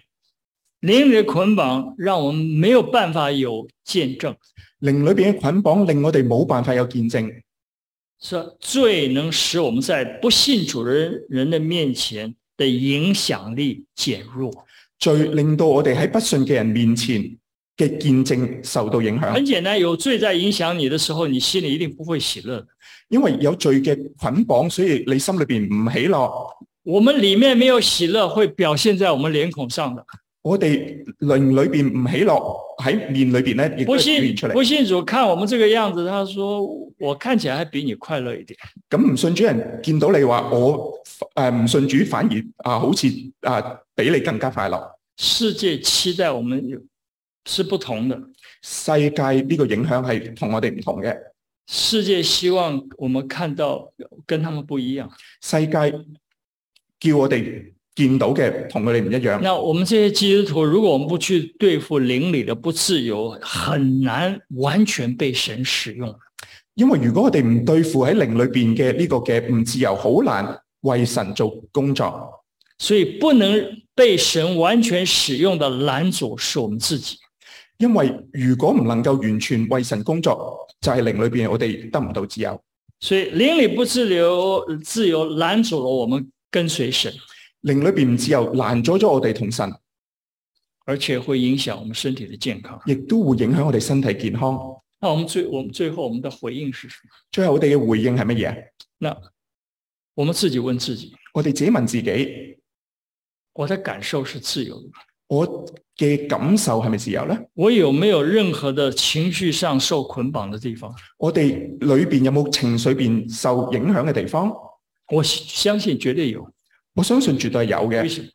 灵里的捆绑让我们没有办法有见证，靈裏邊嘅捆綁令我哋冇辦法有見證。是最能使我们在不信主的人人的面前的影响力减弱。最令到我哋喺不信嘅人面前嘅見證受到影響，很简单，有罪在影响你的时候，你心里一定不会喜乐的。因為有罪嘅捆綁，所以你心裏邊唔喜樂。我们里面没有喜乐，会表现在我们脸孔上的。我哋靈裏邊唔喜樂，喺面裏邊咧亦都不表信現出嚟不。信主看我们这个样子，他说我看起来还比你快乐一点。咁唔信主人見到你話我誒唔信主，反而啊好似啊比你更加快樂。世界期待我们有是不同的，世界呢個影響係同我哋唔同嘅。世界希望我们看到跟他们不一样。世界叫我哋見到嘅同佢哋唔一樣。那我们这些基督徒，如果我们不去对付灵里的不自由，很难完全被神使用。因为如果我哋唔对付喺灵里边嘅呢个嘅唔自由，好难为神做工作。所以不能被神完全使用的拦阻是我们自己。因为如果唔能够完全为神工作，就系灵里边我哋得唔到自由。所以灵里不自由，自由拦阻了我们跟随神，灵里边唔自由拦阻咗我哋同神，而且会影响我们身体的健康。亦都会影响我哋身体健康。那我们最我们最后我们的回应是什么？最后我哋嘅回应系乜嘢？那我们自己问自己：我哋自己问自己，我的感受是自由的吗？我嘅感受係咪自由咧？我有没有任何的情绪上受捆绑的地方？我哋裏边有冇情緒邊受影響嘅地方？我相信绝对有。我相信絕對係有为嘅。什么？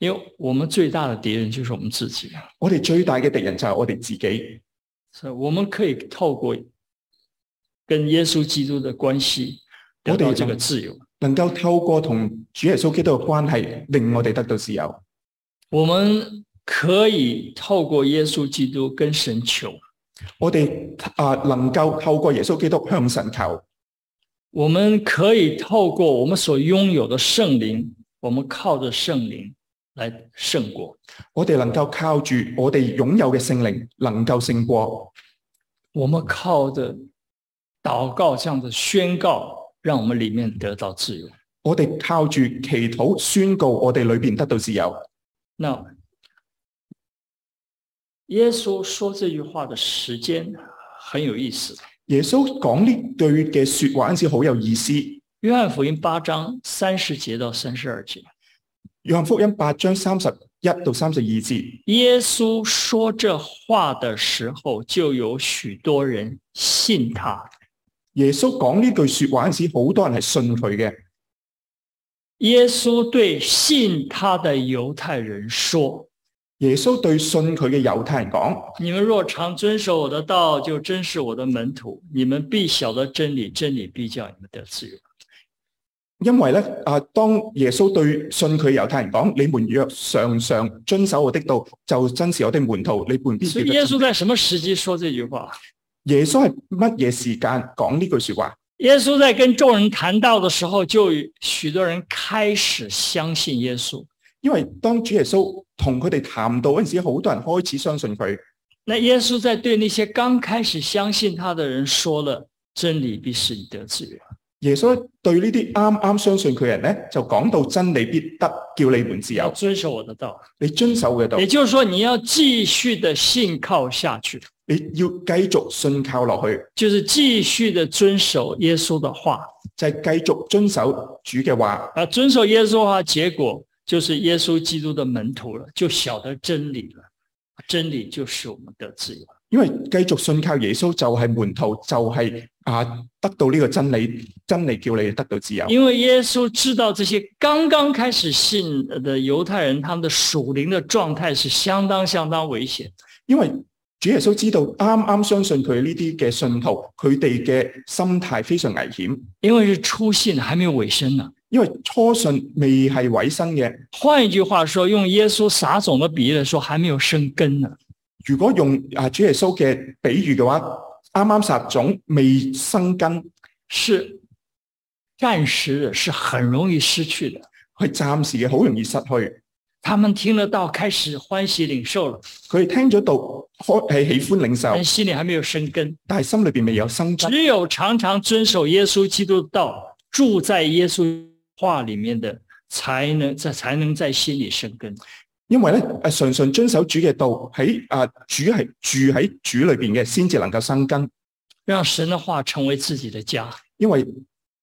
因为我们最大的敌人就是我们自己，啊我哋最大嘅敵人就係我哋自己。所以我们可以透过跟耶稣基督的关系我得得到到这个自由。能夠透過同主耶穌基督嘅關係，令我哋得到自由。我们可以透过耶稣基督跟神求，我哋啊、能夠透過耶穌基督向神求，我们可以透过我们所拥有的圣灵，我们靠着圣灵来胜过。我哋能夠靠住我哋擁有嘅聖靈，能夠勝過。我们靠着祷告这样的宣告，让我们里面得到自由。我哋靠住祈禱宣告，我哋裏边得到自由。那耶稣说这句话的时间很有意思，《耶穌講呢句嘅说話嗰陣時好有意思。约翰福音》八章三十节到三十二节，約翰福音八章三十一到三十二節，耶稣说这话的时候，就有许多人信他。耶穌講呢句说話嗰陣時，好多人係信佢嘅。耶稣对信他的犹太人说耶穌對信佢嘅猶太人講：：“你们若常遵守我的道，就真是我的门徒。你们必晓得真理，真理必叫你们得自由。”因為咧，啊，當耶穌對信佢猶太人講：你們若常常遵守我的道，就真是我的門徒。你們必所曉以得耶穌在什么时机说这句话？耶穌係乜嘢時間講呢句说話？耶稣在跟众人谈道的时候，就有许多人开始相信耶稣。因為當主耶穌同佢哋談到嗰阵时，好多人開始相信佢。那耶稣在对那些刚开始相信他的人说了：“真理必使你得自由。耶穌對呢啲啱啱相信佢嘅人咧，就講到真理必得，叫你們自要由。遵守我的道。你遵守嘅”道也，就是说，你要继续的信靠下去，你要繼續信靠落去，就是继续的遵守耶稣的话。就係繼續遵守主嘅話。啊，遵守耶稣的话，结果就是耶稣基督的门徒了，就晓得真理了。真理就是我们的自由。因为继续信靠耶稣就系门徒，就系、啊得到呢个真理，真理叫你得到自由。因为耶稣知道这些刚刚开始信的犹太人，他们的属灵的状态是相当相当危险。因为主耶稣知道啱啱相信佢呢啲嘅信徒，佢哋嘅心态非常危险，因为是初信还没有尾声呢。因为初信未系委身嘅。换一句话说，用耶稣撒种的比喻来说，还没有生根呢。如果用啊主耶稣嘅比喻嘅话，啱啱撒种未生根，是暂时的，是很容易失去的。系暂时嘅，好容易失去。他们听得到，开始欢喜领受了，佢哋听咗道，开系喜欢领受，但心里还没有生根。但系心里边未有生根。只有常常遵守耶稣基督的道，住在耶稣话里面的，才能在才能在心里生根。因为咧，诶，常常遵守主嘅道，喺啊主系住喺主里边嘅，先至能够生根。让神的话成为自己的家，因为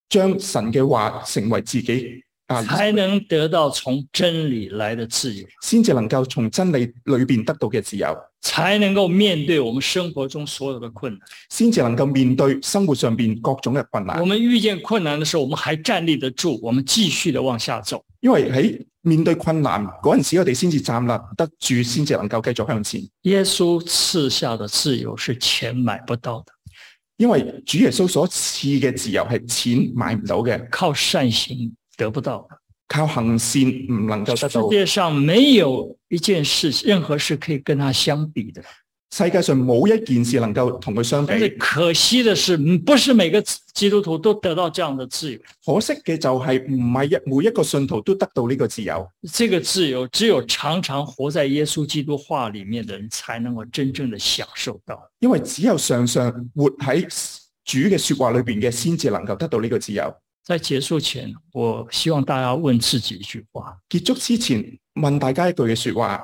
将神嘅话成为自己啊，才能得到从真理来的自由，先至能够从真理里边得到嘅自由，才能够面对我们生活中所有的困难。先至能够面对生活上边各种嘅困难我。们遇见困难的时候，我们还站立得住，我们继续的往下走。因为喺面对困难嗰阵时，我哋先至站立得住，先至能够继续向前。耶稣赐下的自由是钱买不到的，因为主耶稣所赐嘅自由系钱买唔到嘅，靠善行得不到的。靠行善唔能够得世到。界上没有一件事、任何事可以跟它相比的。世界上冇一件事能够同佢相但是比。可惜的是，嗯不是每个基督徒都得到这样的自由。可惜嘅就係唔係一每一個信徒都得到呢個自由，这个自由，只有常常活在耶稣基督话里面的人，才能够真正的享受到。因為只有常常活喺主嘅说話裏边嘅，先至能夠得到呢個自由。在结束前，我希望大家问自己一句话：結束之前問大家一句嘅说話：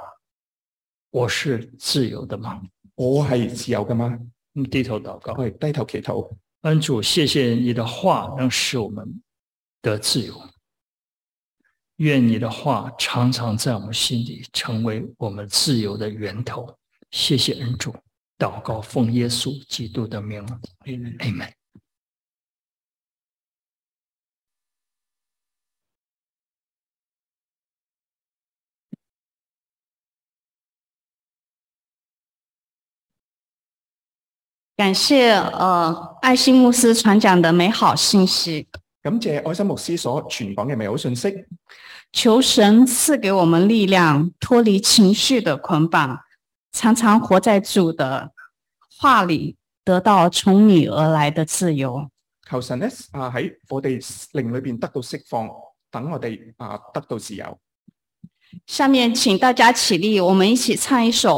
我是自由的吗？我係自由噶嘛？我们低头祷告我，係低頭祈禱。恩主，谢谢你的话能使我们得自由。愿你的话常常在我们心里，成为我们自由的源头。谢谢恩主，祷告奉耶稣基督的名，Amen。感谢呃爱心牧师传讲的美好信息，感謝愛心牧師所傳講嘅美好信息，求神赐给我们力量，脱离情绪的捆绑，常常活在主的话里，得到从你而来的自由。求神咧啊喺我哋靈裏边得到釋放，等我哋啊得到自由。下面请大家起立，我们一起唱一首